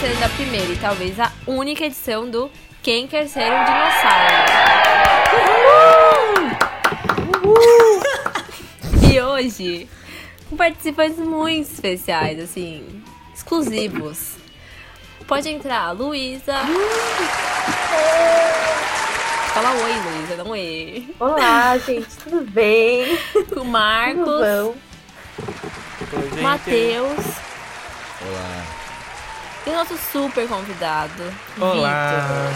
sendo tá a primeira e talvez a única edição do Quem Quer Ser um Dinossauro. Uhul! E hoje, com participantes muito especiais, assim, exclusivos. Pode entrar, Luísa. Fala oi, Luísa, não oi. Olá, gente, tudo bem? Com o Como Marcos, vão? Oi, Matheus Olá. e o nosso super convidado, Vitor. Olá.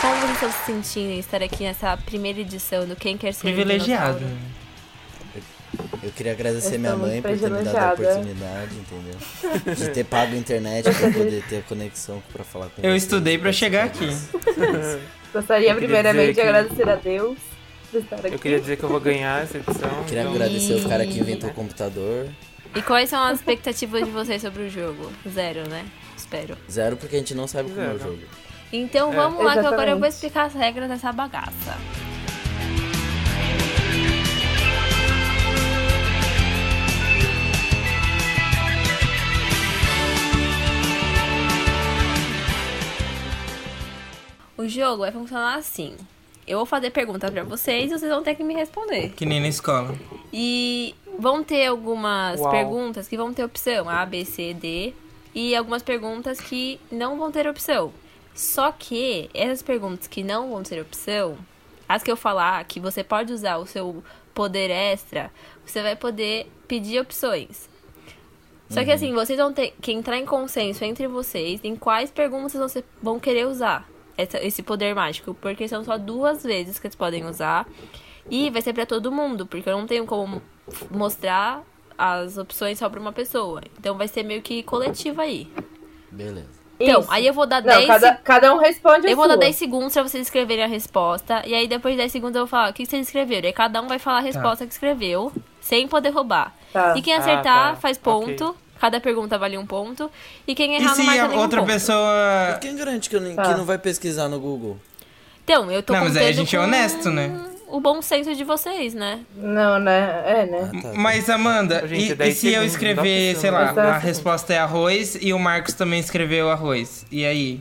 Como vocês estão se sentindo em estar aqui nessa primeira edição do Quem Quer Ser um Privilegiado. Dinossauro? Eu queria agradecer Eu minha sou mãe por muito ter me dado a privilegiada. oportunidade, entendeu? De ter pago a internet pra poder ter a conexão pra falar com Eu vocês. estudei pra chegar aqui. Gostaria Eu queria primeiramente de dizer que- agradecer a Deus por estar aqui. Eu queria dizer que eu vou ganhar essa edição. Eu queria então- agradecer os caras que inventou o computador. E quais são as expectativas de vocês sobre o jogo? Zero, né? Espero. Zero porque a gente não sabe como é o Zero. jogo. Então É. vamos lá, que agora eu vou Exatamente. explicar as regras dessa bagaça. O jogo vai funcionar assim. Eu vou fazer perguntas pra vocês e vocês vão ter que me responder. Que nem na escola. E vão ter algumas Uau. perguntas que vão ter opção A, B, C, D. E algumas perguntas que não vão ter opção. Só que essas perguntas que não vão ter opção, as que eu falar, que você pode usar o seu poder extra, você vai poder pedir opções. Só que assim, vocês vão ter que entrar em consenso entre vocês em quais perguntas vocês vão querer usar essa- esse poder mágico. Porque são só duas vezes que vocês podem usar. E vai ser pra todo mundo, porque eu não tenho como mostrar as opções só pra uma pessoa. Então vai ser meio que coletivo aí. Beleza. Então, Isso. aí eu vou dar Não, 10 cada, cada um responde a eu vou dar sua. 10 segundos pra vocês escreverem a resposta. E aí, depois de 10 segundos, eu vou falar o que vocês escreveram. E aí cada um vai falar a Tá. resposta que escreveu, sem poder roubar. Tá. E quem Ah, acertar tá. faz ponto. Cada pergunta vale um ponto. E quem E errar não se marca a nenhum outra ponto. pessoa. Quem garante que, eu nem- Tá. que não vai pesquisar no Google? Então, eu tô Não, mas aí a contando gente é com honesto, né? O bom senso de vocês, né? Não, né? É, né? tá. Mas Amanda, Gente, e- e, daí se eu segundos, dá né? escrever, pra sei lá, pensar. a resposta é arroz e o Marcos também escreveu arroz? E aí?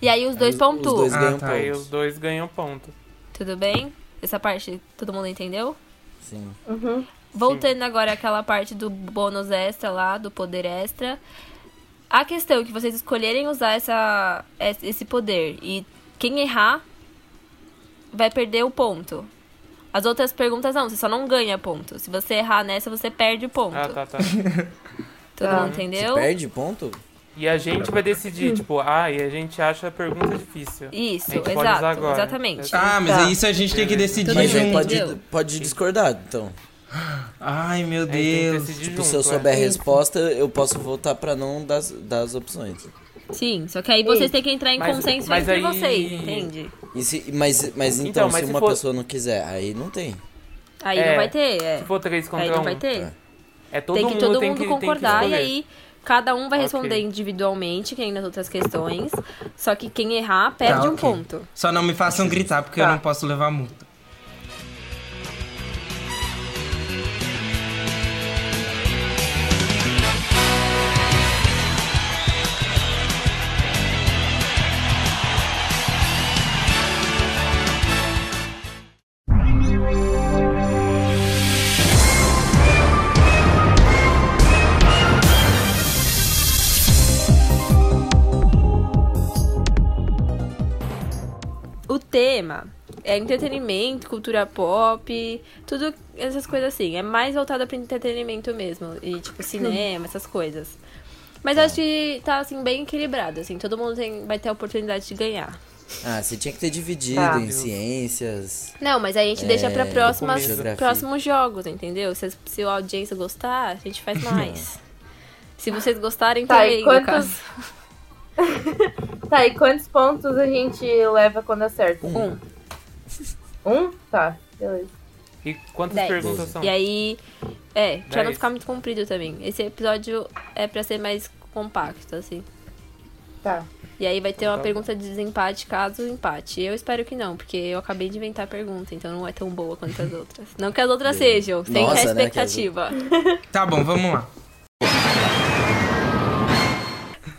E aí, os dois um. Os- pontuam. Os dois Ah, ganham tá. Aí os pontos. dois ganham um ponto. Tudo bem? Essa parte todo mundo entendeu? Sim. Uhum. Voltando agora àquela parte do bônus extra lá, do poder extra. A questão é que vocês escolherem usar essa, es- esse poder e quem errar vai perder o ponto. As outras perguntas não, você só não ganha ponto. Se você errar nessa, você perde o ponto. Ah, tá, tá. Todo Tá. mundo entendeu? Se perde ponto? E a gente vai decidir, tipo, ah, e a gente acha a pergunta difícil. Isso, A gente pode exato, usar agora. exatamente. Ah, mas Tá. isso a gente tem que decidir Tudo Mas aí bem. junto. pode, pode discordar, então. Ai, meu Aí tem que Deus. decidir Tipo, junto, é. se eu é. souber a resposta, eu posso voltar pra não das, das opções. Sim, só que aí vocês Ei, têm que entrar em mas- consenso mas entre aí- vocês, entende? E se- mas, mas então, Então, mas se se uma for- pessoa não quiser, aí não tem. Aí É, não vai ter, é. Se for três Aí contra não um, vai ter. é todo tem que mundo todo tem mundo que, tem que concordar e escolher. aí cada um vai Ok. responder individualmente, que nem nas outras questões. Só que quem errar perde Tá, um ok. ponto. Só não me façam gritar, porque eu Tá. não posso levar multa. O tema é entretenimento, cultura pop, tudo essas coisas assim. É mais voltada para entretenimento mesmo e tipo cinema, essas coisas. Mas acho que tá assim bem equilibrado, assim, todo mundo tem- vai ter a oportunidade de ganhar. Ah, você tinha que ter dividido Tá. em ciências. Não, mas aí a gente deixa para É, próximas geografia. próximos jogos, entendeu? Se, se a audiência gostar, a gente faz mais. se vocês gostarem Tá, também, e no quantos- caso. Tá, e quantos pontos a gente leva quando acerta? Um. Um? Tá, beleza. E quantas Dez. perguntas Doze. são? E aí, é, pra não Dez. ficar muito comprido também. Esse episódio é pra ser mais compacto, assim. Tá. E aí vai ter uma Tá. pergunta de desempate, caso empate. Eu espero que não, porque eu acabei de inventar a pergunta, então não é tão boa quanto as outras. Não que as outras sejam, tem que ter Nossa, né, que as expectativa. Tá bom, vamos lá.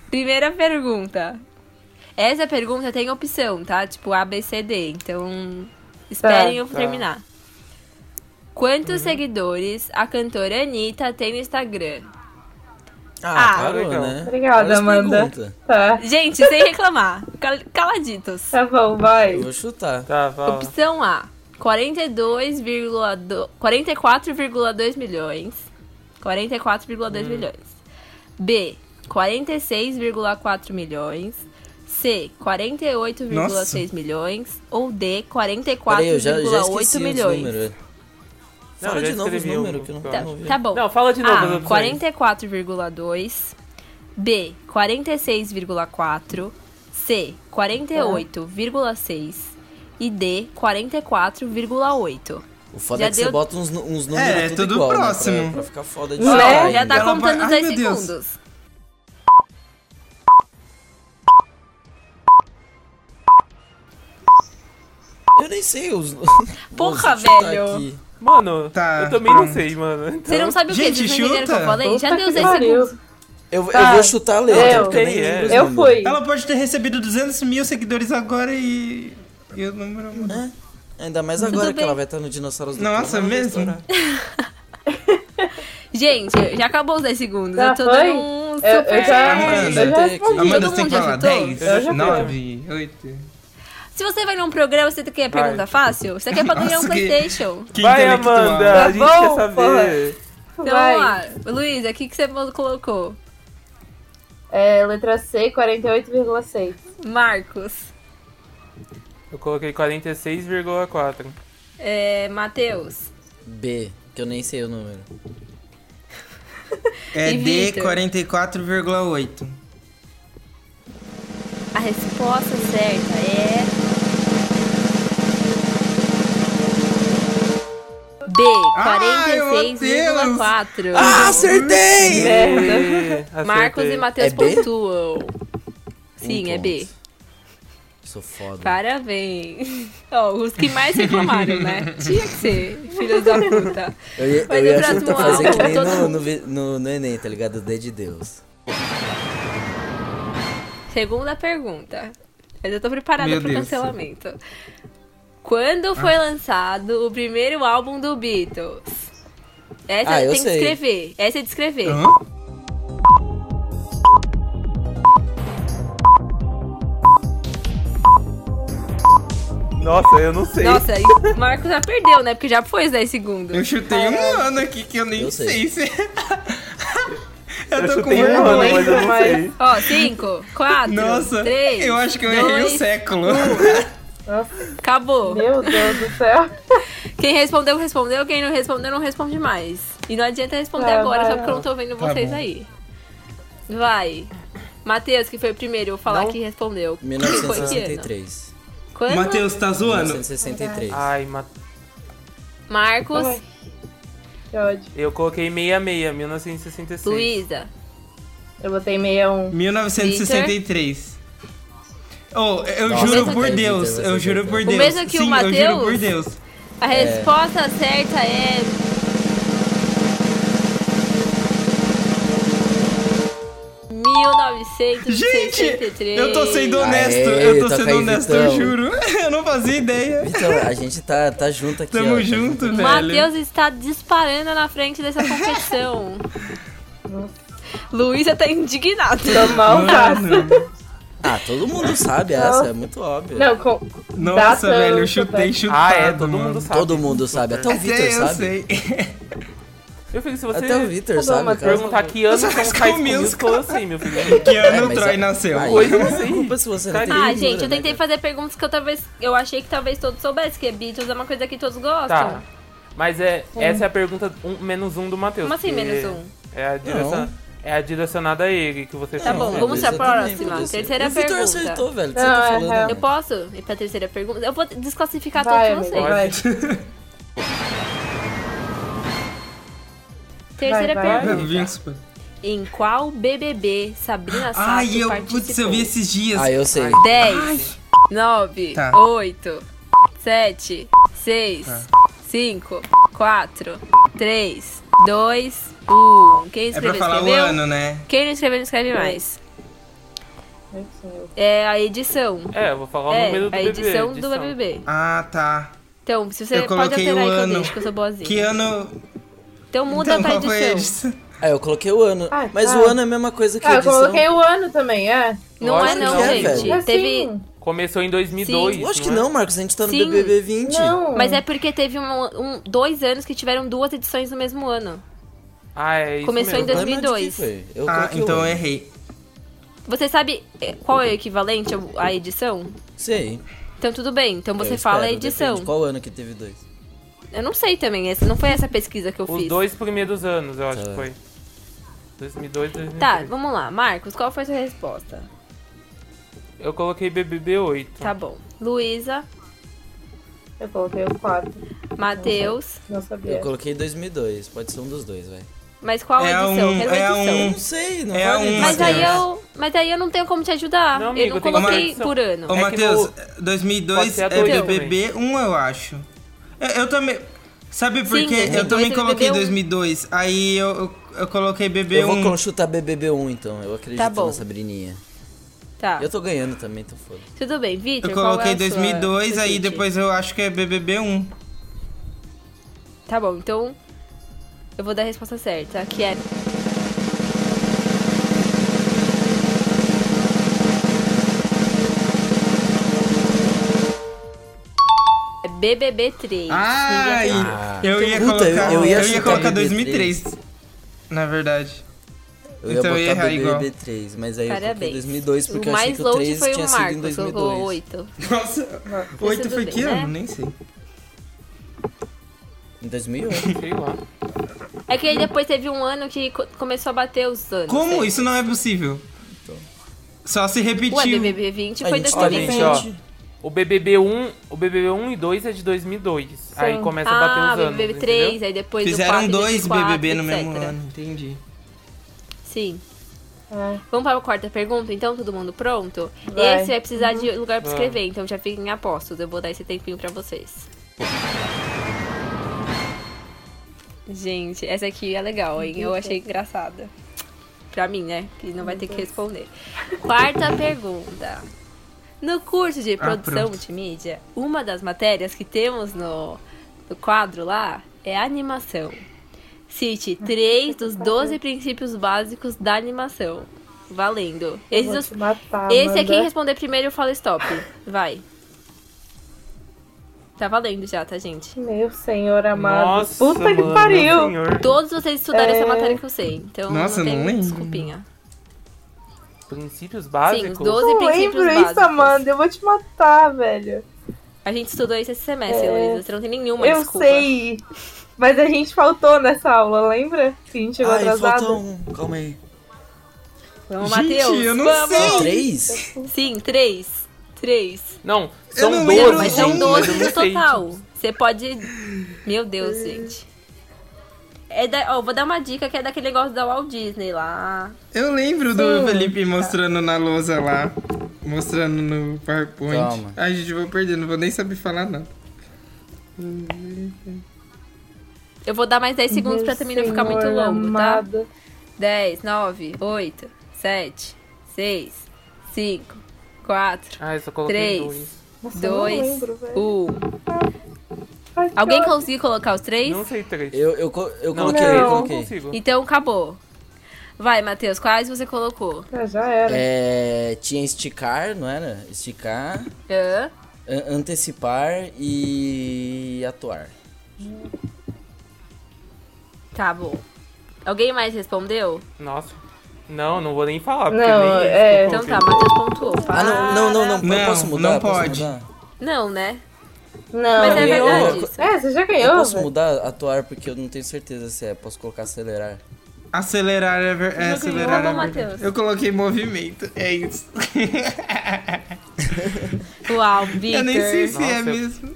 Primeira pergunta. Essa pergunta tem opção, tá? Tipo A, B, C, D. Então, esperem eu Tá. terminar. Quantos seguidores a cantora Anitta tem no Instagram? Ah, parou, legal. né? Obrigada, Olha as Amanda. perguntas. Tá, Gente, sem reclamar. cal- Caladitos. tá bom, vai. Eu vou chutar. Tá, fala. Opção A: 42,2 44,2 milhões. 44,2 Hum. milhões. B: 46,4 milhões. C: 48,6 milhões. Ou D: Peraí, eu já, já 44,8 esqueci os milhões. números. Não, Fala já de novo os escrevi um, números que eu não, tá. não vi. Tá bom. Não, fala de novo A, as opções. 44,2. B, 46,4. C, 48,6. E D, 44,8. O foda Já é que deu- você bota uns, nu- uns números É, tudo tudo igual, né, pra- próximo. pra, ficar foda de Né? falar Já tá ainda. Ela contando vai- 10 Ai, meu Deus. segundos. Eu nem sei os... Porra, Vou chutar velho. aqui. Mano, Tá. eu também não sei, mano. Então, Você não sabe o que? Gente, Vocês não entenderam o que eu chuta. falei? Já Puta deu que 10 pariu. segundos. Eu, eu Tá. vou chutar a letra, Eu. porque eu nem Sei, é. lembro os Eu números. fui. Ela pode ter recebido 200 mil seguidores agora e. E o número mudou. Ainda mais agora que bem. ela vai estar no Dinossauros do Nossa, Tempo, ela vai mesmo? estourar. Gente, já acabou os 10 segundos. Já eu tô foi? dando um super... Eu, eu já, Amanda. eu já respondi. Amanda, todo você tem mundo que já falar chutou? 10, Eu já fui. 9, 8. Se você vai num programa, você quer Vai. pergunta fácil? Você quer pra ganhar um Nossa, que- Playstation? Que Vai, intelectual. Amanda, Tá a gente bom, quer saber. porra. Então Vai. vamos lá. Luísa, o que, que você colocou? É, letra C, 48,6. Marcos. Eu coloquei 46,4. É, Matheus. B, que eu nem sei o número. É E D Vitor? 44,8. A resposta certa é. B, Ai, Ah, meu 46,4. Uhum. acertei! Tá Merda. Marcos e Matheus É B? pontuam. Sim, Um é B. Um Sou foda. Parabéns. Ó, os que mais reclamaram, né? Tinha que ser, filhos da puta. Eu ia, Mas eu no ia próximo chutar fazer álbum, que nem todo no, mundo- no, vi- no, no Enem, tá ligado? D de Deus. Segunda pergunta. Mas eu tô preparada Meu pro Deus. Ah. cancelamento. Quando foi lançado o primeiro álbum do Beatles? Essa Ah, eu tem que sei. escrever. Essa é de escrever. Hã? Nossa, eu não sei. Nossa, e o Marcos já perdeu, né? Porque já foi os 10 segundos. Eu chutei um ano aqui que eu nem Eu sei. sei. se. eu tô com chutei um ano, vergonha. mas eu não mas- sei. Ó, 5, 4, Nossa, 3. eu acho que eu errei dois, um, o século. Nossa, Acabou. meu Deus do céu. Quem respondeu, respondeu. Quem não respondeu, não responde mais. E não adianta responder Vai, agora, Ah, vai, só porque eu não tô vendo vocês Tá bom. aí. Vai. Matheus, que foi o primeiro, eu vou falar Não. que respondeu. Que foi que ano? 1963. Quando? Matheus, tá zoando? 1963. Ah. Ai, Matheus. Marcos, Ai, Que ódio. Eu coloquei 66, 1966. Luísa. Eu botei 61. 1963. Oh, eu Nossa, juro mesmo por que- Deus, então, eu juro por O Deus. mesmo que tá o Sim, eu Mateus? juro por Deus. A resposta certa é. Gente, 1963. eu tô sendo Aê, honesto, eu tá tô toca sendo aí, honesto, eu então. Vitão. juro. Eu não fazia ideia. Então, a gente tá, tá junto aqui, ó. Tamo Tá junto, O velho. Matheus está disparando na frente dessa competição. Luísa tá indignada. Tomar um passo. Mano, Ah, todo mundo sabe essa, é muito óbvio. Não, com... Data nossa, eu velho, eu não sou chutei bem. chutado. Ah, é, todo mano. mundo sabe. Todo mundo sabe, até o Até Vitor eu sabe. sei. Meu filho, se você Até o Vitor Tá bom, sabe, Matheus. cara. perguntar que ano Só são High High School School Musical, eu sei, assim, meu filho. Que É, ano o mas Troy a- nasceu? Aí, Coisa eu não não sei. Culpa se você não Ah, tem Ah, cultura, gente, eu né, tentei cara? fazer perguntas que eu talvez. Eu achei que talvez todos soubessem, que Beatles é uma coisa que todos gostam. Tá. Mas é, essa é a pergunta um, menos um do Matheus. Como assim, que menos um? É a, direciona- é a direcionada a ele que você Tá fez. bom, É, vamos pra exatamente, próxima. pode ser. Terceira o Vitor pergunta. Ah, acertou, velho. o que Você Não, tá é, falando, é. Eu posso ir pra terceira pergunta? Eu vou desclassificar Vai, todos amigo, vocês. vai. Terceira Vai, vai. Eu pergunta. vi uns- Em qual BBB Sabrina Sato Ai, eu, participou? putz, eu vi esses dias. Ah, eu sei. 10, 9, Tá. 8, 7, 6, Tá. 5, 4, 3, 2, 1. Quem é pra escreveu, É falar o um. escreveu? ano, né? Quem não escreveu, não escreve mais. É a edição. É, eu vou falar o é, número do a BBB. edição do BBB. Ah, tá. Então, se você Eu pode coloquei alterar o aí que eu ano. deixo, que eu sou boazinha. Que ano. Então muda então, pra qual foi a edição. edição? Ah, eu coloquei o ano. Ah, mas tá. o ano é a mesma coisa que a Ah, eu edição. coloquei o ano também, é. Não Lógico é não, que é, gente. velho. É Teve... Assim? sim. Começou em 2002. Sim. Lógico que não, Marcos. A gente tá no né? Sim. BBB 20. Não. Mas é porque teve um, um- dois anos que tiveram duas edições no mesmo ano. Ah, é isso Começou em mesmo. O problema é de 2002. quem foi? Eu Ah, coloquei então o eu ano. errei. Você sabe eh, qual é o equivalente ao- à edição? Sei. Então tudo bem, então você eu fala a espero, edição. depende Qual ano que teve dois? Eu não sei também, essa- não foi essa pesquisa que eu Os fiz. dois primeiros anos, eu acho Tá. que foi. 2002, 2003. Tá, vamos lá. Marcos, qual foi a sua resposta? Eu coloquei BBB 8. Tá bom. Luísa, Eu coloquei o 4, Matheus, não Eu sabia. coloquei 2002. Pode ser um dos dois, vai. mas qual É a edição? um, Quero é a edição. Eu um. não sei, não É vale um, isso. Mas aí Matheus. eu. Mas aí eu não tenho como te ajudar. Não, eu amigo, não tem que coloquei ser- por ano. Ô, que Matheus, no- pode 2002 ser a é dois BBB 1, eu acho. É, Eu também. Sabe por Sim, quê? 2002 Eu também é coloquei BBB1. 2002. Aí eu, eu, eu coloquei BB1. Eu vou con- chutar BBB1, então. Eu acredito Tá bom. na Sabrininha. Tá. Eu tô ganhando também, então foda. Tudo bem, Vitor. Eu qual é coloquei a sua- 2002, seu aí chute? depois eu acho que é BBB1. Tá bom, então. Eu vou dar a resposta certa, que é. É BBB 3. Ai, eu ia Puta, eu- colocar, eu eu ia ia, chutar colocar BBB3. 2003, na verdade. Eu ia Então eu ia botar errar igual. BBB3, mas aí eu coloquei Parabéns. 2002 porque o eu achei mais que o longe 3 foi tinha o sido em Marcos, colocou 2002. 8. Nossa, Nossa, 8 tudo Ah, foi bem, que né? ano? Nem sei. Em 2008. Tipo, Sei lá. É que aí depois teve um ano que co- começou a bater os anos. Como? né? Isso não é possível. Só se Ué, repetiu. BBB 20 A foi gente Ó, tá 2020. gente, ó. O BBB 1, o BBB 1 e 2 é de 2002. Aí começa a bater ah, os anos. BBB entendeu? 3, aí depois Fizeram do 4, dois 2004, BBB no etc. mesmo ano, entendi. Sim. É. Vamos para a quarta pergunta, então? Todo mundo pronto? Vai. Esse vai precisar de lugar para Vai. escrever, então já fiquem apostos. Eu vou dar esse tempinho para vocês. Gente, essa aqui é legal, hein? Eu achei engraçada. Pra mim, né? Que não vai ter que responder. Quarta pergunta. No curso de Ah, produção pronto. de mídia, uma das matérias que temos no, no quadro lá é animação. Cite três dos 12 princípios básicos da animação. Valendo. Eu Esses vou os- te matar, esse é quem Amanda. responder primeiro fala stop. Vai. Tá valendo já, tá, gente? Meu senhor amado. Nossa, Puta mano, que meu pariu. senhor. Todos vocês estudaram É. essa matéria que eu sei. Então Nossa, não eu tem não lembro. desculpinha. Princípios básicos? Sim, os 12 Eu não princípios lembro isso, básicos. Amanda. Eu vou te matar, velho. A gente estudou isso esse semestre, É. Luísa. Você não tem nenhuma eu desculpa. sei. Mas a gente faltou nessa aula, lembra? Que a gente chegou Ai, atrasado. falta um. Calma aí. Vamos, Gente, Matheus. eu não vamos. sei. São três? Sim, três. Três. Não, são 12. não um lembro, Mas Gente, são mas 12 eu é no não sei. total. Você pode. Meu Deus, gente. É da... ó, vou dar uma dica que é daquele negócio da Walt Disney lá. Eu lembro do Felipe mostrando na lousa lá. Mostrando no PowerPoint. Calma. Ai, gente, eu vou perder, não vou nem saber falar nada. Eu vou dar mais 10 segundos pra também não ficar muito Senhor longo, tá? amado. 10, 9, 8, 7, 6, 5, 4, Ah, eu só coloquei Três. dois. Nossa, eu não 2, lembro, velho. 1. Ai, que Alguém ódio. conseguiu colocar os três? Não sei três. Eu, eu, co- eu Não, coloquei, três eu eu não coloquei. consigo. Então acabou. Vai, Matheus, quais você colocou? Ah, já era. É, tinha esticar, não era? Esticar, Hã? an- antecipar e atuar. Tá bom. Alguém mais respondeu? Nossa. Não, não vou nem falar. Porque Não, nem isso é. eu Então coloquei. tá, Matheus pontuou. Ah, não, não, não, não, Não, eu posso mudar? não posso pode. mudar? Não, né? Não. Mas é ganhou. verdade isso. É, você já Eu ganhou, posso velho. mudar atuar porque eu não tenho certeza se é. Posso colocar acelerar. Acelerar é, ver... é acelerar. Tá é bom, verdade. Matheus. Eu coloquei movimento, é isso. Uau, Vitor. eu nem sei se Nossa, é eu- mesmo.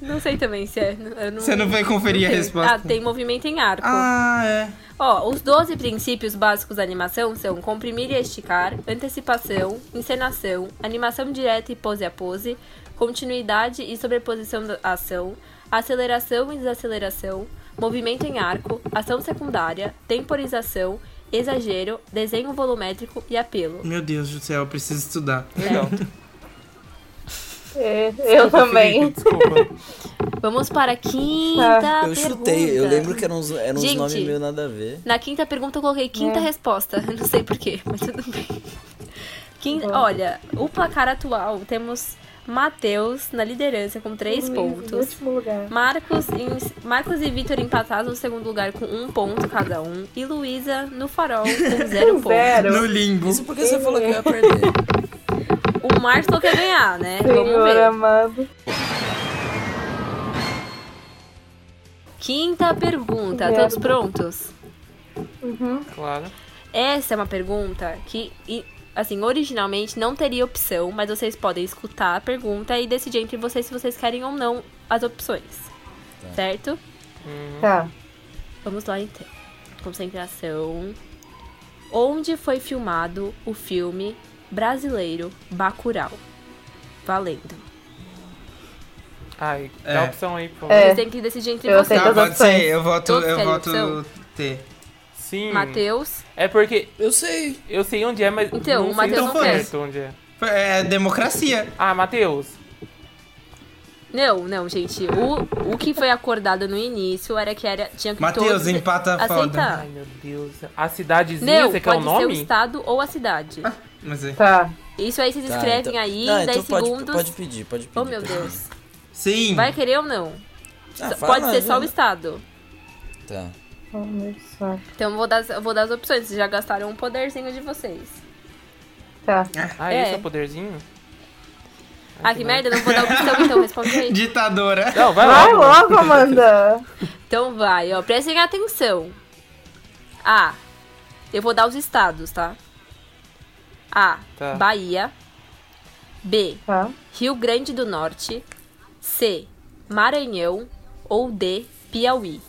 Não sei também se é. Eu não... Você não vai conferir a tem. resposta. Ah, tem movimento em arco. Ah, é. Ó, os 12 princípios básicos da animação são comprimir e esticar, antecipação, encenação, animação direta e pose a pose, continuidade e sobreposição da ação, aceleração e desaceleração, movimento em arco, ação secundária, temporização exagero, desenho volumétrico e apelo. Meu Deus do céu, eu preciso estudar. Legal. É, eu também. Felipe, desculpa. Vamos para a quinta Eu chutei, eu Ah, pergunta. lembro que eram uns, eram uns Gente. nomes meio nada a ver. Na quinta pergunta eu coloquei quinta resposta. Não sei porquê, mas tudo bem. Quinta, olha, o placar atual temos Matheus na liderança com três Em pontos. último lugar. Marcos, em- Marcos e Vitor empatados no segundo lugar com um ponto cada um. E Luísa no farol com zero pontos. Zero. No limbo. Isso porque você falou que eu ia perder. O Márcio quer ganhar, né? Vamos Senhor ver. amado. Quinta pergunta, Zero. todos prontos? Uhum. Claro. Essa é uma pergunta que, e, assim, originalmente não teria opção, mas vocês podem escutar a pergunta e decidir entre vocês se vocês querem ou não as opções. Certo? Tá. Vamos lá então. Concentração. Onde foi filmado o filme brasileiro Bacurau? Valendo. Ai, dá É. a opção aí, pô. É. Vocês têm que decidir entre Eu vocês. sei Tá, das pode opções. ser, eu voto, Todos eu querem voto opção? T. Hum. Sim. Matheus. É porque Eu sei. eu sei onde é, mas Então, o não sei Matheus ao não quer. certo onde é. É democracia. Ah, Matheus. Não, não, gente. O, o que foi acordado no início era que era, tinha que Matheus, todos empata foda. aceitar. Ai, meu Deus. A cidadezinha, Não, você pode quer é o ser o nome? estado ou a cidade. Mas é. Tá. Isso aí vocês Ah. Tá, escrevem então- aí Não, em 10 então pode, segundos. Pode pedir, pode pedir. Oh meu Deus. Sim. Vai querer ou não? Ah, Só- fala, pode ser só o né? estado. Tá. Vamos só. Então eu vou dar, eu vou dar as opções. Vocês já gastaram um poderzinho de vocês. Tá. Ah, É. esse é o poderzinho? Ah, que merda, não vou dar opção então, responde aí. Ditadora. Não, Ah, vai Vai lá. logo, Amanda. Então vai, ó. Prestem atenção. A. Eu vou dar os estados, tá? A. Tá. Bahia. B. Tá. Rio Grande do Norte. C. Maranhão. Ou D. Piauí.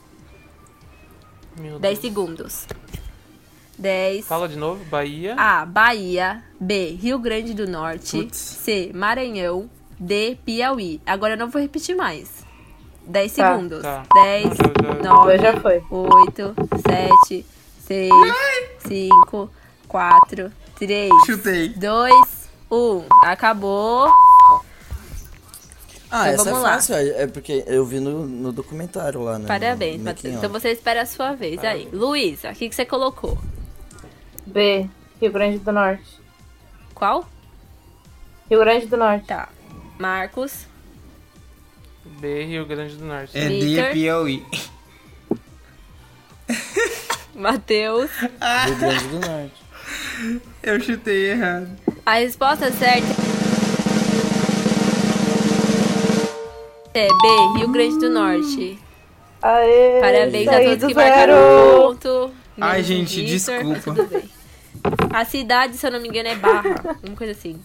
Meu 10 Deus. segundos. 10. Fala de novo, Bahia. A. Bahia. B. Rio Grande do Norte. Putz. C. Maranhão. D. Piauí. Agora eu não vou repetir mais. 10 Tá. segundos. Tá. 10, Já- já- 9, Já foi. 8, 7, 6, 5, 4, 3, Chutei. 2, 1. Acabou. Ah, Então essa é vamos lá. fácil. É é porque eu vi no, no documentário lá, né? Parabéns, no Matheus. making Então of. você espera a sua vez. Aí, Luísa, o que, que você colocou? B. Rio Grande do Norte. Qual? Rio Grande do Norte. Tá. Marcos. B, Rio Grande do Norte. É Victor. D, Piauí. Matheus. Rio Grande do Norte. Eu chutei errado. A resposta certa é B, Rio Grande do Norte. Aê! Parabéns a saí todos do que marcaram zero. o ponto. Ai, menos o Vitor, gente, mas desculpa. tudo bem. A cidade, se eu não me engano, é Barra. Uma coisa assim.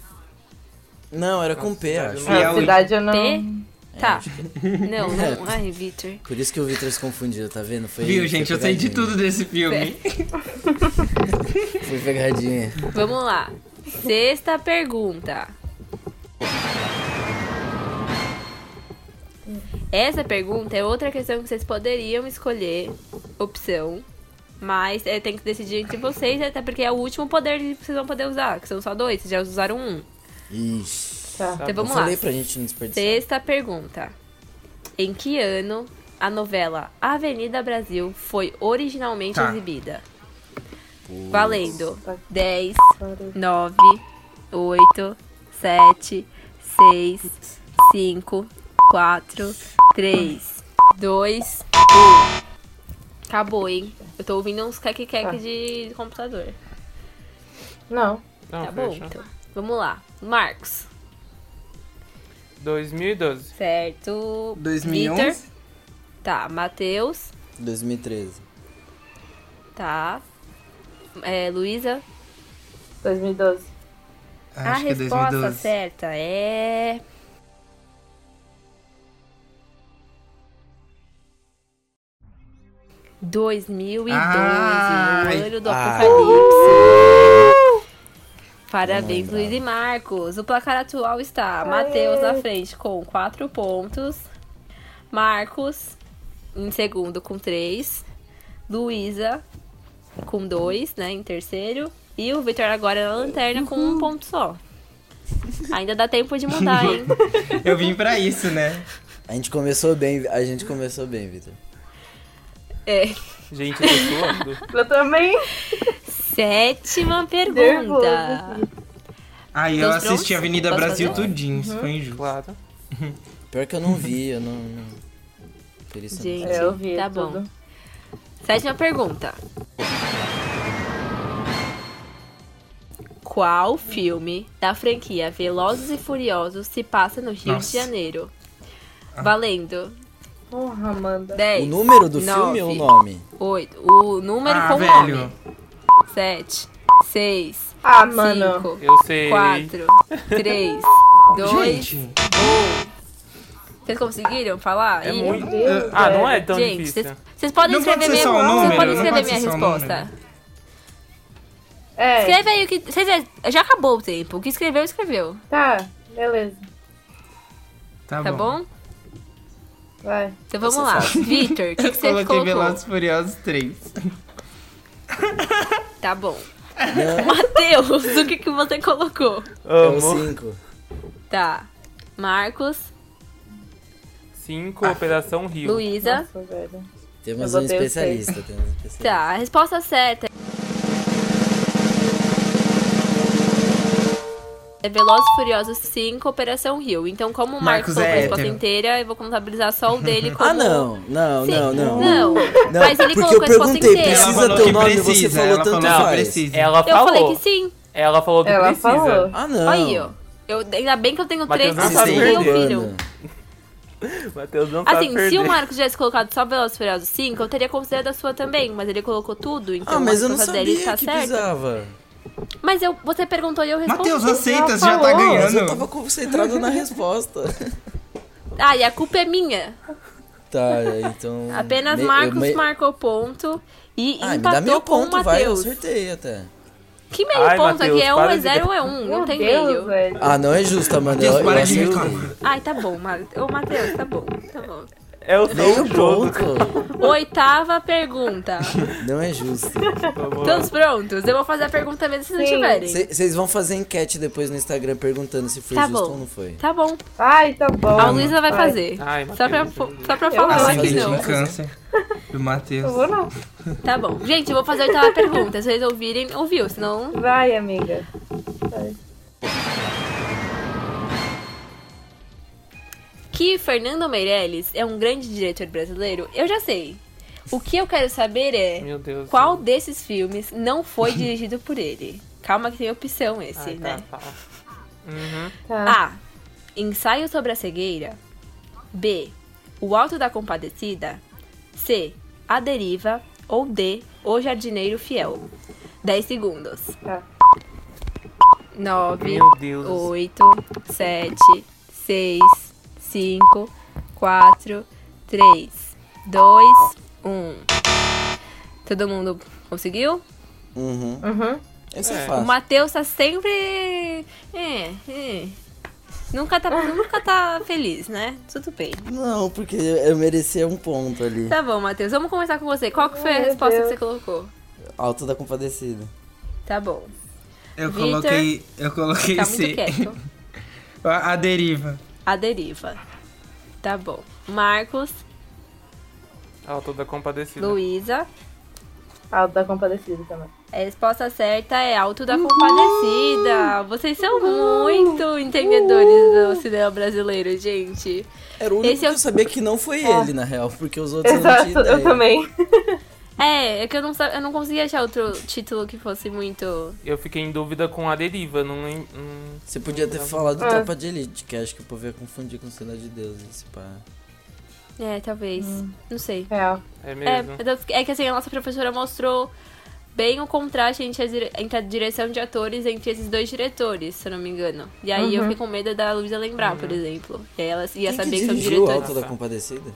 Não, era com P, acho. Piauí. Na cidade eu não. P? Ah, Tá. acho é. Não, não. Ai, Vitor. Por isso que o Vitor se confundiu, tá vendo? Foi, Viu, foi gente? Eu sei de pegadinha. tudo desse filme. Foi pegadinha. Vamos lá. Sexta pergunta. Essa pergunta é outra questão que vocês poderiam escolher opção, mas é, tem que decidir entre vocês, até porque é o último poder que vocês vão poder usar, que são só dois, vocês já usaram um. Ixi. Tá. Então vamos eu lá. falei pra gente não desperdiçar. Sexta pergunta. Em que ano a novela Avenida Brasil foi originalmente Tá. exibida? Valendo. 10, Parou. 9, 8, 7, 6, 5, 4, 3, 2, 1. Acabou, hein? Eu tô ouvindo uns Tá. kek de computador. Não. Não, Tá bom, Ah, fechou. então. Vamos lá. Marcos. 2012. Certo. 2011. Vitor. Tá. Matheus. 2013. Tá. É, Luísa, 2012. a Acho que é resposta 2012. certa é. ...2012, Ai. o ano do Ah. apocalipse. Parabéns, Luiz e Marcos. O placar atual está Matheus na frente com 4 pontos. Marcos em segundo com 3. Luísa com dois, né, em terceiro. E o Vitor agora é na lanterna com um ponto só. Ainda dá tempo de mudar, hein? Eu vim pra isso, né? A gente começou bem, a gente começou bem, Vitor. É. Gente, eu tô suando. Eu também. Sétima Nervoso pergunta. Aí eu Dos assisti Bronx? Avenida Posso Brasil fazer? tudinho, isso foi injusto. Claro. Pior que eu não vi, eu não. não- Por isso eu não Gente. sei. Eu vi Tá tudo. bom. Sétima pergunta. Qual filme da franquia Velozes e Furiosos se passa no Rio Nossa. de Janeiro? Valendo. Porra, Amanda. 10. O número do filme ou o nome? 8. O número Ah, com velho. nome. 7, 6, Ah, mano. 5, Eu sei. 4, 3, 2, 1. Gente, Vocês conseguiram falar? É Ih, muito. Meu Deus, Ah, não é velho. tão Gente, difícil. vocês vocês podem Não pode escrever ser minha, só o vocês número, podem não escrever pode minha ser só um o resposta. É. Escreve aí o que. Vocês, já acabou o tempo. O que escreveu, escreveu. Tá, beleza. tá, Tá bom. bom? Vai. Então vamos lá. Vitor, o que, que Eu você coloquei colocou? É. Velozes e Furiosos 3. Tá bom. Não, Matheus, o que, que você colocou? é o Amo. 5. Tá. Marcos, 5, Ah. Operação Rio. Luísa. Nossa, velho. Temos Eu um botei o especialista. Temos um especialista. Tá, a resposta certa é Velozes e Furiosos 5, Operação Rio. Então, como o Marcos Marcos colocou a é resposta hétero. inteira, eu vou contabilizar só o dele como... Ah, não, não, Sim. não, não. Não, Não, mas ele porque eu colocou a resposta perguntei, inteira. precisa Ela falou teu que nome, você precisa, falou ela tanto assim. falou que faz. precisa. Ela É, Eu falou. falei que sim. Ela falou que Ela precisa. falou. Ah, não. tá Aí, ó. Eu, ainda bem que eu tenho Mateus três não que Vocês sabe estão me ouviram. roubando. Matheus não sabe Assim, perder. se o Marcos tivesse colocado só Velozes e Furiosos 5, eu teria considerado a sua também, mas ele colocou tudo, então Ah, mas a eu não resposta dele sabia está que certa. precisava. Mas eu, você perguntou e eu respondi. Então, Matheus, aceita, ela você já tá falou. Mas eu ganhando. tava concentrado na resposta. Ah, e a culpa é minha. Tá, então. Apenas me- eu Marcos me- marcou ponto e Ah, me dá empatou com meio o ponto, vai, eu Matheus. acertei até. Que meio Ai, ponto Matheus, aqui? É 1, para é de 0 ou dar- é 1? Não Meu tem Deus, meio. velho. Ah, não é justo, Amanda. Deus, eu, para eu de acertei. reclamar. Ai, tá bom, Ma- Ô, Matheus, tá bom, tá bom. É o seu Meio jogo. ponto. Oitava pergunta. Não é justo. Vamos lá. Todos prontos? Eu vou fazer a pergunta mesmo se não Sim. tiverem. Vocês vão fazer enquete depois no Instagram perguntando se foi Tá justo bom. ou não foi. Tá bom. Ai, tá bom. A Luísa vai fazer. Ai, Só pra, Matheus, só pra Eu falar acho aqui Acidente que não. de um câncer do Não Matheus. vou não. Tá bom. Gente, eu vou fazer a oitava pergunta. Se vocês ouvirem, ouviu. Senão. Vai, amiga. Que Fernando Meirelles é um grande diretor brasileiro, eu já sei. O que eu quero saber é Meu Deus. qual desses filmes não foi dirigido por ele. Calma que tem opção esse, Ai, tá, né? tá. Uhum. Tá. A. Ensaio sobre a cegueira. B. O Alto da Compadecida. C. A Deriva. Ou D. O Jardineiro Fiel. 10 segundos. Tá. 9, Meu Deus. 8, 7, 6, 5, 4, 3, 2, 1. Todo mundo conseguiu? Uhum. Uhum. Esse é, É. O fácil. Matheus tá sempre. É, é. Nunca tá, nunca tá feliz, né? Tudo bem. Não, porque eu merecia um ponto ali. Tá bom, Matheus. Vamos começar com você. Qual que foi a Meu resposta Deus. que você colocou? Alto da compadecida. Tá bom. Eu Vitor, coloquei, eu coloquei Tá muito C. quieto. A, a deriva. A deriva. Tá bom. Marcos, Ela toda compadecida. Luísa. Ah, o da compadecida também. A resposta certa é Alto da Compadecida. Vocês são muito entendedores do cinema brasileiro, gente. Era o único Esse que é o- eu sabia que não foi ele, na real, porque os outros eu não Exato, tinha ideia. eu também. É, é que eu não, sa- eu não consegui achar outro título que fosse muito. Eu fiquei em dúvida com a deriva. Não, lem- hum, Você podia ter falado É. Tropa de Elite, que acho que o povo ia confundir com Cidade de Deus, esse pá. É, talvez. Hum. Não sei. Real. é É, mesmo. mas eu- é que assim, a nossa professora mostrou bem o contraste entre a, dire- entre a direção de atores entre esses dois diretores, se eu não me engano. E aí eu Uhum. fiquei com medo da Luísa lembrar, Uhum. por exemplo. E aí ela ia Quem que saber que são dirigiu o diretores. Alto da Compadecida?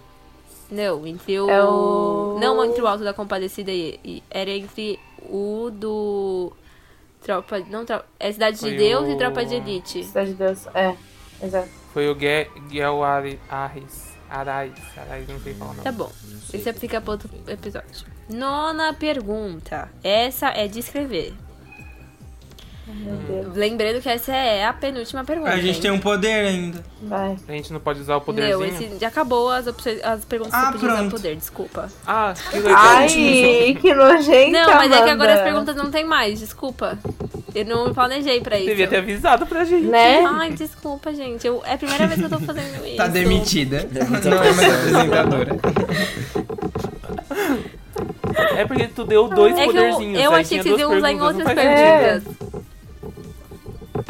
Não, entre o... É o- Não entre o Alto da Compadecida e... e- Era entre o do... Tropa... Não, tropa... É Cidade de Foi Deus e o- Tropa de Elite. Cidade de Deus. É, exato. Foi o Ge- Guel Ari- Arres. Arais. Arais, não sei é falar não. Tá bom. Isso fica para outro episódio. Nona pergunta. Essa é de escrever. Meu Hum. Deus. Lembrando que essa é a penúltima pergunta. A gente hein? tem um poder ainda. Vai. A gente não pode usar o poderzinho? Não, Tá. esse já acabou as, opções, as perguntas Ah, que você podia usar pronto. poder, desculpa. Ah, que legal. Ai, que nojenta, Não, mas é que agora as Então, Amanda. perguntas não tem mais, desculpa. Eu não planejei pra isso. Devia ter avisado pra gente. Né? Ai, desculpa, gente. Eu, é a primeira vez que eu tô fazendo isso. Tá demitida. Muita Não é mais pressão. apresentadora. É porque tu deu dois É que eu, poderzinhos. eu aí achei tinha que vocês duas iam usar em perguntas, não outras faz sentido. perguntas. É.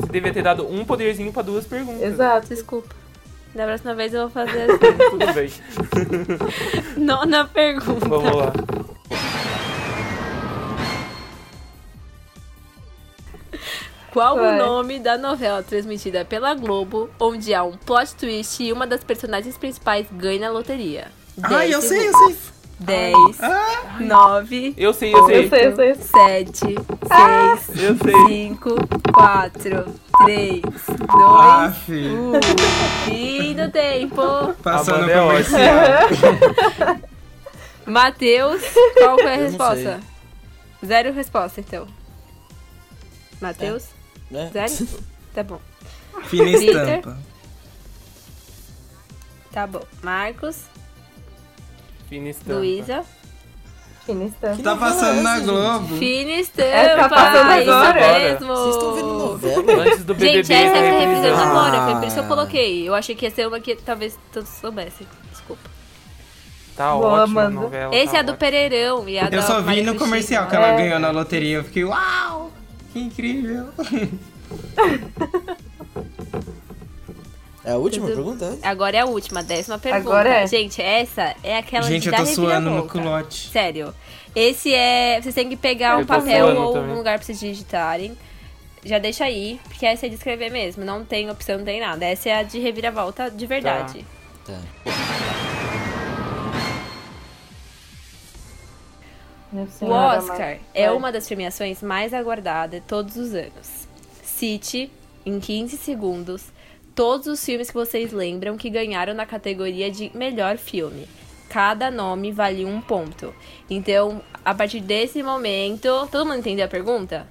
Você devia ter dado um poderzinho pra duas perguntas. Exato. Desculpa. Da próxima vez eu vou fazer assim. Tudo bem. Nona pergunta. Vamos lá. Qual Vai. o nome da novela transmitida pela Globo, onde há um plot twist e uma das personagens principais ganha na loteria? Ah, eu Dez sei, eu segundos. sei. 10, 9, Eu sei, Ah. eu sei. Eu sei, eu sei. 7, Ah. 6, Eu sei. 5, 4, 3, 2, Ah, filho. 1. Fim do tempo. Passando Amanda é por ótima. Matheus, qual foi a Eu não resposta? Zero resposta, então. É. Matheus? Né? Zero? Tá bom. fina Peter. estampa. Tá bom. Marcos, Tá, Fina estampa. Luísa. Finista. Tá passando na gente? Globo. Fina estampa. É, tá passando isso agora. mesmo. Vocês estão Oh. vendo novela? Antes do BBB. Gente, essa é tá a né, revisão revisando. agora, foi por isso que eu Ah. coloquei. Eu achei que ia ser uma que talvez todos soubessem. Desculpa. Tá Boa, ótima a Amanda. novela. Esse tá é a do ótima. Pereirão e a da Eu só vi Maria no Cristina. comercial que ela É. ganhou na loteria. Eu fiquei, uau, que incrível. É a última pergunta? Agora é a última, décima pergunta. Agora é. Gente, essa é aquela Gente, que eu dá tô suando no reviravolta. culote. Sério. Esse é. Vocês têm que pegar Eu um tô papel suando ou também. um lugar pra vocês digitarem. Já deixa aí, porque essa é de escrever mesmo. Não tem opção, não tem nada. Essa é a de reviravolta de verdade. Tá. Meu O Senhor Oscar amado. é Vai. uma das premiações mais aguardadas todos os anos. Cite, em 15 segundos, todos os filmes que vocês lembram que ganharam na categoria de melhor filme. Cada nome vale um ponto. Então, a partir desse momento. Todo mundo entendeu a pergunta?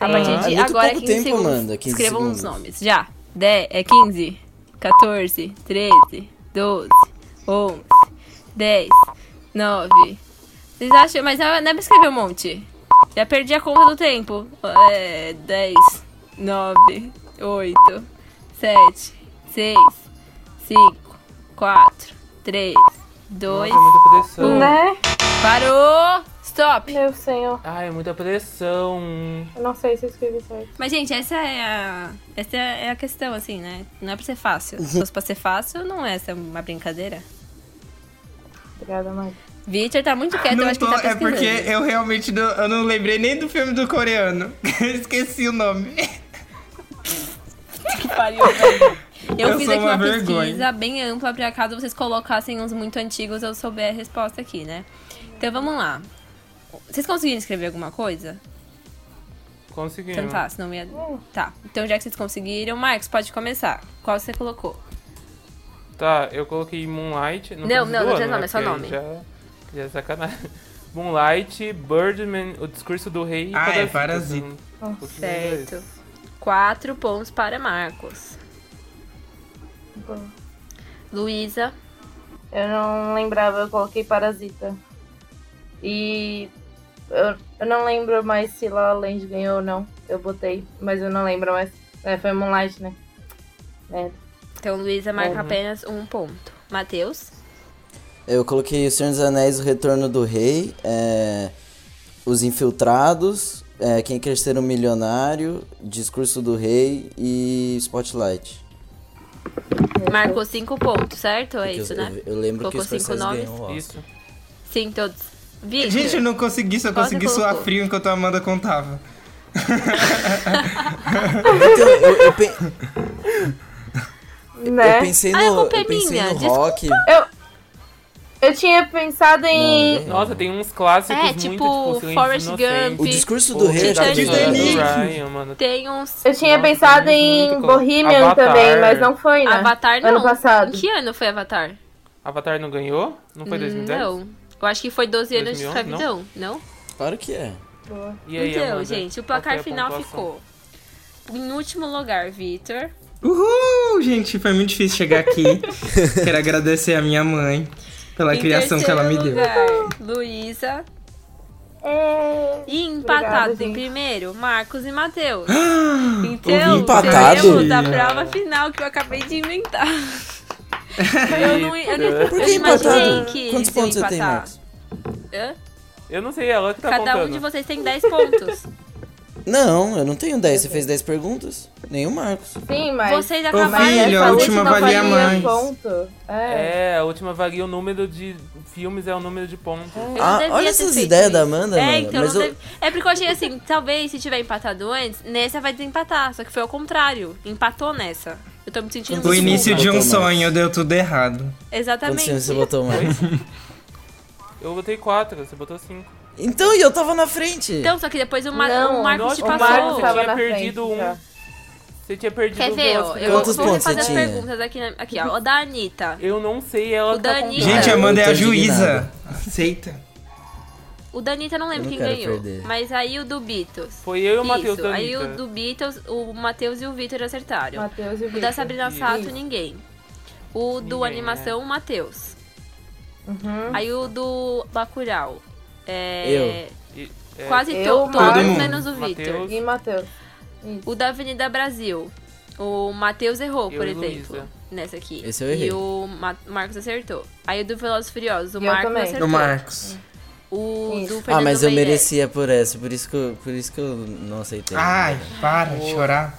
A Sim. partir de É muito agora, pouco 15 tempo, segundos. Amanda, 15 escrevam os segundos. nomes. Já. 10, é 15, 14, 13, 12, 11, 10, 9. Vocês acham? Mas não é não é pra escrever um monte. Já perdi a conta do tempo. É, 10, 9, 8, 7, 6, 5, 4, 3, 2, Nossa, é muita pressão. Né? parou! Stop! Meu senhor. Ai, é muita pressão. Eu não sei se eu escrevi certo. Mas, gente, essa é a, essa é a questão, assim, né? Não é pra ser fácil. Se fosse pra ser fácil, não é essa uma brincadeira. Obrigada, Mari. Victor tá muito quieto, eu Não acho tô- que ele tá é pesquisando. porque eu realmente não, eu não lembrei nem do filme do coreano. Esqueci o nome. Que pariu, velho. Eu, Eu fiz sou aqui uma uma vergonha. pesquisa bem ampla pra caso vocês colocassem uns muito antigos eu souber a resposta aqui, né? Então vamos lá. Vocês conseguiram escrever alguma coisa? Conseguimos. Então tá, senão ia. Tá. Então já que vocês conseguiram, Marcos, pode começar. Qual você colocou? Tá, eu coloquei Moonlight. Não, Não, preciso não, do não ano, tem nome, né? é só Porque nome. Já, já é sacanagem. Moonlight, Birdman, O Discurso do Rei e Ah, é Parasita, assim. Os dois. Certo. Quatro pontos para Marcos. Bom. Luísa. Eu não lembrava, eu coloquei parasita. E eu, eu não lembro mais se La La Land ganhou ou não. Eu botei, mas eu não lembro mais. É, foi Moonlight, né? É. Então, Luísa marca Uhum. apenas um ponto. Matheus. Eu coloquei O Senhor dos Anéis, O Retorno do Rei, é, Os Infiltrados, é, Quem Quer Ser um Milionário, Discurso do Rei e Spotlight. É Marcou cinco pontos, certo? É Porque isso, eu, né? eu, eu lembro que Colocou os cinco personagens nomes. ganham o Oscar. Isso. Sim, todos. Vitor. Gente, eu não consegui, só Qual consegui você suar colocou? frio enquanto a Amanda contava. Então, eu, eu pe- eu Né? pensei Ah, a no, culpa é eu pensei minha, no desculpa. rock. Eu, Eu tinha pensado em. Não, Nossa, tem uns clássicos É, muito, tipo, Silêncio Forrest dos Gump. O Inocentes. discurso Pô, do rei é Titanic, Titanic. Ryan, mano. Tem um uns. Eu tinha Nossa, pensado muito em clássico. Bohemian Avatar. também, mas não foi, né? Avatar não. Ano passado. Em que ano foi Avatar? Avatar não ganhou? Não foi 2010? Não. Eu acho que foi 12 anos de 2011, não? escravidão, não? Claro que é. E aí, então, Amanda? gente, o Qual que é placar a final pontuação? ficou. Em último lugar, Vitor. Uhul, gente, foi muito difícil chegar aqui. Quero agradecer a minha mãe pela Em criação que ela me terceiro deu. lugar, Luísa. É, E empatados Obrigada, em gente. primeiro, Marcos e Matheus. ouvi Então, empatado. teremos a Ih, prova final que eu acabei de inventar. Eu não, eu não, Eita. Por eu que não imaginei empatado? que Quantos eles iam pontos você tem, empatar. Marcos? Hã? Eu não sei, ela que tá Cada contando. um de vocês tem 10 pontos. Não, eu não tenho 10. Você fez 10 perguntas? Nenhum Marcos. Tá Sim, mas. Vocês Ô, acabaram mas filho, de a essa fazer última não valia mais. ponto. É. É, a última varia o número de filmes, é o número de pontos. Eu Ah, não devia olha ter essas feito ideias da isso. Amanda, é, mano, Então, mas não eu- deve- É porque eu achei assim, talvez se tiver empatado antes, nessa vai desempatar. Só que foi ao contrário. Empatou nessa. Eu tô me sentindo O O muito início burra. de um Botou mais. sonho deu tudo errado. Quantos Exatamente. filmes você botou, Marcos? Eu botei quatro, você botou cinco. Então, e eu tava na frente. Então, só que depois o, Ma- Não, o Marcos te o passou. Marcos Marcos tava tava tinha na perdido frente, um. já. Você tinha perdido Quer um ver, voto, ó? ficou Eu Quantos vou pontos refazer as você tinha? perguntas aqui, na- aqui, ó. O da Anitta. Eu não sei, ela O que tá Dani- contando. Gente, É, a Amanda é eu tô a juíza. indignado. Aceita. O da Anitta eu não lembro Eu não quem quero ganhou. perder. Mas aí o do Beatles. Foi eu e o Isso, Matheus da Aí o Anitta. né? do Beatles, o Matheus e o Vitor acertaram. Matheus e O Vitor. da Sabrina Sato, Isso. ninguém. O do Ninguém, né? animação, o Matheus. Uhum. Aí o do Bacurau. É... E- é, Quase Eu, to- Marcos, Todo todos, mundo. menos o Vitor. Matheus. E Matheus. O da Avenida Brasil. O Matheus errou, Eu por e exemplo. Luísa. Nessa aqui. Esse eu errei. E o Ma- Marcos acertou. Aí o do Velozes e Furiosos, o E eu Marcos também. acertou. Do Marcos. O Isso. do Fernando Ah, mas eu Meirelles. merecia por essa, por isso que eu, por isso que eu não aceitei. Ai, para de chorar.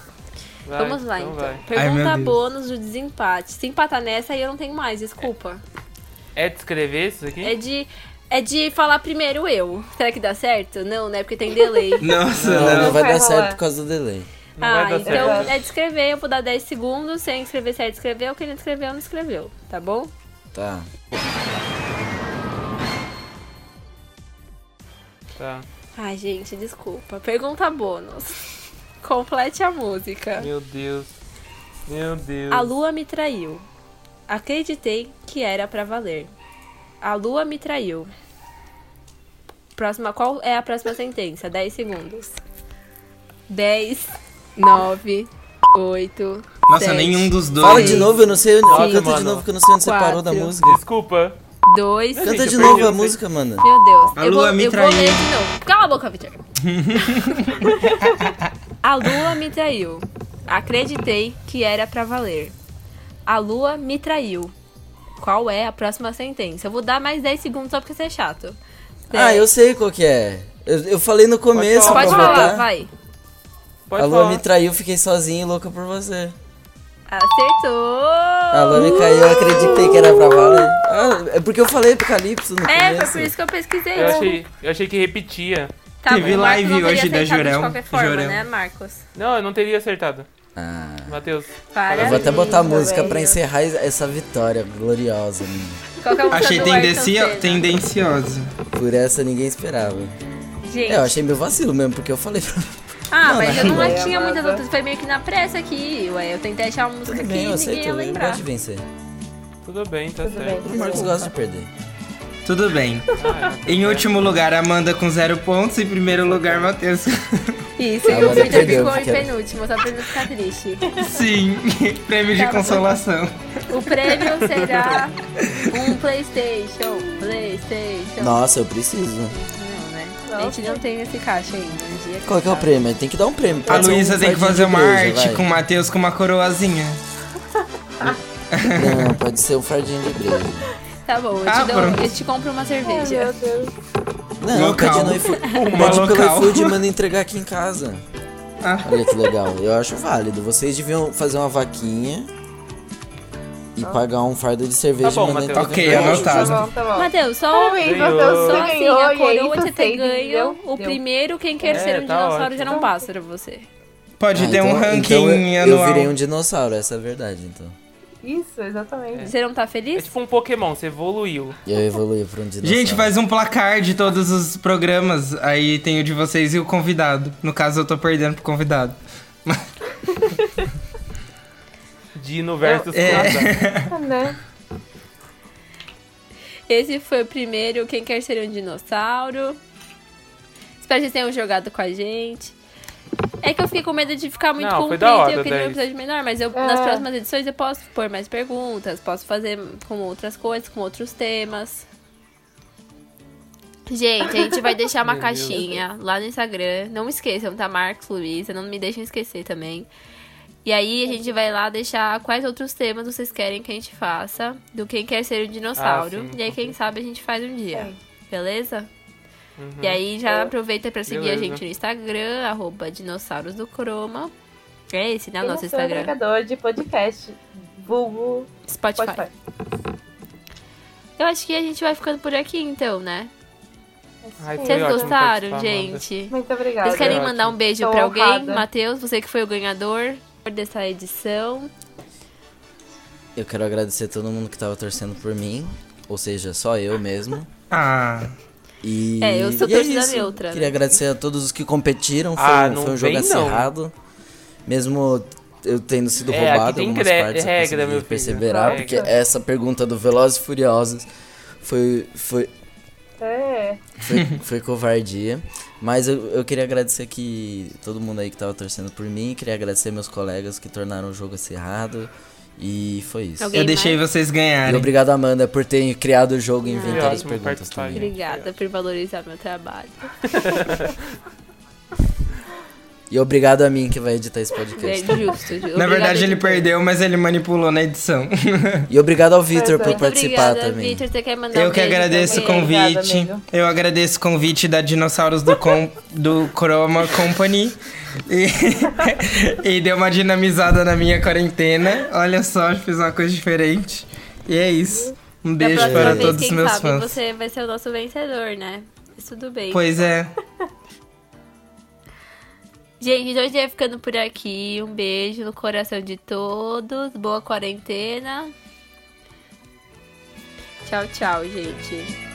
vai, Vamos lá, então. vai. Ai, meu Pergunta Deus. bônus do desempate. Se empatar nessa, aí eu não tenho mais, desculpa. É de escrever isso aqui? É de, é de falar primeiro eu. Será que dá certo? Não, né? Porque tem delay. Nossa, Não, não. não vai vai dar rolar. certo por causa do delay. Não Ah, vai dar então certo. é de escrever, eu vou dar 10 segundos, sem escrever certo escreveu, quem não escreveu não escreveu, tá bom? Tá. é- Tá. Ai, gente, desculpa. Pergunta bônus. Complete a música. Meu Deus. Meu Deus. A lua me traiu. Acreditei que era pra valer. A lua me traiu. Próxima, qual é a próxima sentença? 10 segundos. 10, 9, 8. Nossa, sete, nenhum dos dois. Fala de novo, eu não sei. onde- Sim, canta de mano. novo que eu não sei onde você parou da Quatro. música. Desculpa. 2, Canta Gente, de eu novo perdi, a não sei. música, mano. Meu Deus. A eu lua vou, me eu vou traiu. ler de novo. Cala a boca, Victor. a lua me traiu. Acreditei que era pra valer. A lua me traiu. Qual é a próxima sentença? Eu vou dar mais 10 segundos só porque você é chato. Ah, eu sei qual que é. Eu, eu falei no começo falar. pra Pode falar, votar. vai. Pode a lua falar. me traiu, fiquei sozinho e louca por você. Acertou! A lua me caiu, eu acreditei que era pra valer. Ah, é porque eu falei do Calypso É, no foi começo. por isso que eu pesquisei. Eu achei, eu achei que repetia. Tá, Teve o Marcos não live teria hoje da aceitado Jurel. De qualquer forma, Jurel. né, Marcos? Não, eu não teria acertado. Ah, Matheus. Para. eu vou até botar a música velho. pra encerrar essa vitória gloriosa, minha. Qual que é a música Achei do Ayrton tendencio- Senna? tendenciosa. Por essa ninguém esperava. Gente, É, eu achei meu vacilo mesmo, porque eu falei pra Ah, mas eu não é Amanda. tinha muitas outras. Foi meio que na pressa aqui. Ué, eu tentei achar uma música Tudo que bem, eu ninguém aceito, ia eu lembrar. gosto de vencer. Tudo bem, tá Tudo certo. bem. O Marcos gosta de perder. Tudo bem. Ah, tá Em certo. último lugar, Amanda com zero pontos. Em primeiro lugar, Matheus. Isso, e Agora o Vitor é perdeu, ficou em porque- penúltimo, só pra não ficar triste. Sim. Prêmio de consolação. O prêmio será um Playstation. Playstation. Nossa, eu preciso. Não, né? A gente não tem esse caixa ainda. Um dia Qual que é o sabe. prêmio? Tem que dar um prêmio. A Pode ser um Luísa tem que jardim fazer de uma igreja, arte vai. com o Matheus com uma coroazinha. Não, pode ser um fardinho de igreja. Tá bom, eu te, Ah, dou- pronto. eu te compro uma cerveja. Meu Deus. Não, Local. pede no iFood. Uma Pede pelo local. iFood e manda entregar aqui em casa. Ah. Olha que legal. Eu acho válido. Vocês deviam fazer uma vaquinha e pagar um fardo de cerveja Tá bom, e mandar Matheus. entregar Ok, pra gente. Tá anotado. bom, tá bom. Matheus, só, Parabéns, Ganhou. Matheus, só você assim, ganhou. a e aí coroa você fez, ganha. entendeu? O Deu. primeiro, quem quer É, ser um tá dinossauro ótimo. já não passa pra você. Pode Ah, ter um então- ranking então eu, eu anual. virei um dinossauro, essa é a é verdade, então. Isso, exatamente. Você não tá É feliz? tipo um Pokémon, você evoluiu. E eu evoluí pra um dinossauro. Gente, faz um placar de todos os programas. Aí tem o de vocês e o convidado. No caso, eu tô perdendo pro convidado. Dino versus É. Crossar. Ah, né? Esse foi o primeiro Quem Quer Ser um Dinossauro. Espero que vocês tenham jogado com a gente. É que eu fiquei com medo de ficar muito Não, foi comprido da hora, e eu queria um 10. episódio menor, mas eu, É. nas próximas edições eu posso pôr mais perguntas, posso fazer com outras coisas, com outros temas. Gente, a gente vai deixar uma Meu Deus. caixinha lá no Instagram. Não esqueçam, tá? Marcos, Luísa, não me deixem esquecer também. E aí a gente vai lá deixar quais outros temas vocês querem que a gente faça do Quem Quer Ser um Dinossauro. Ah, sim. e aí, quem sabe, a gente faz um dia. Sim. Beleza? E aí já aproveita pra seguir a Uhum. Beleza. gente no Instagram, arroba dinossauros do Chroma. É esse, né? O Quem nosso é seu Instagram. agregador de podcast? Vulgo Spotify. Spotify. Eu acho que a gente vai ficando por aqui então, né? Ai, foi Vocês ótimo gostaram, participar, Amanda. gente? Muito obrigada. Vocês querem Foi mandar um ótimo. beijo Tô pra alguém? honrada. Matheus, você que foi o ganhador dessa edição. Eu quero agradecer todo mundo que tava torcendo por mim. Ou seja, só eu mesmo. Ah, E... É, eu sou e é torcida isso. neutra, Queria né? agradecer a todos os que competiram. Foi, Ah, um- não foi um jogo vem, não. acirrado. Mesmo eu tendo sido É, aqui roubado tem algumas gre- partes, regra, eu meu consegui filho. perseverar. Regra. Porque essa pergunta do Velozes e Furiosos foi, foi, É. foi, foi covardia. Mas eu, eu queria agradecer que todo mundo aí que tava torcendo por mim. Queria agradecer meus colegas que tornaram o jogo acirrado. E foi isso. Alguém- eu deixei vocês E ganharem. obrigado, Amanda, por ter criado o Ah, jogo e inventado Obrigado as por perguntas participar, também. gente. Obrigada por valorizar meu trabalho. E obrigado a mim que vai editar esse podcast. É justo, justo. Na verdade, Obrigada, ele Vitor. perdeu, mas ele manipulou na edição. E obrigado ao Vitor Pois é. por Muito participar obrigada, também. Vitor, você quer mandar Eu um que beijo agradeço o também? convite. convite. Obrigada, amigo. Eu agradeço o convite da Dinossauros do, Com- do Chroma Company. E, e deu uma dinamizada na minha quarentena. Olha só, fiz uma coisa diferente. E é isso. Um Da beijo próxima para vez, todos os quem meus sabe, fãs. Você vai ser o nosso vencedor, né? Mas tudo bem. Pois é. Gente, hoje é ficando por aqui. Um beijo no coração de todos. Boa quarentena. Tchau, tchau, gente.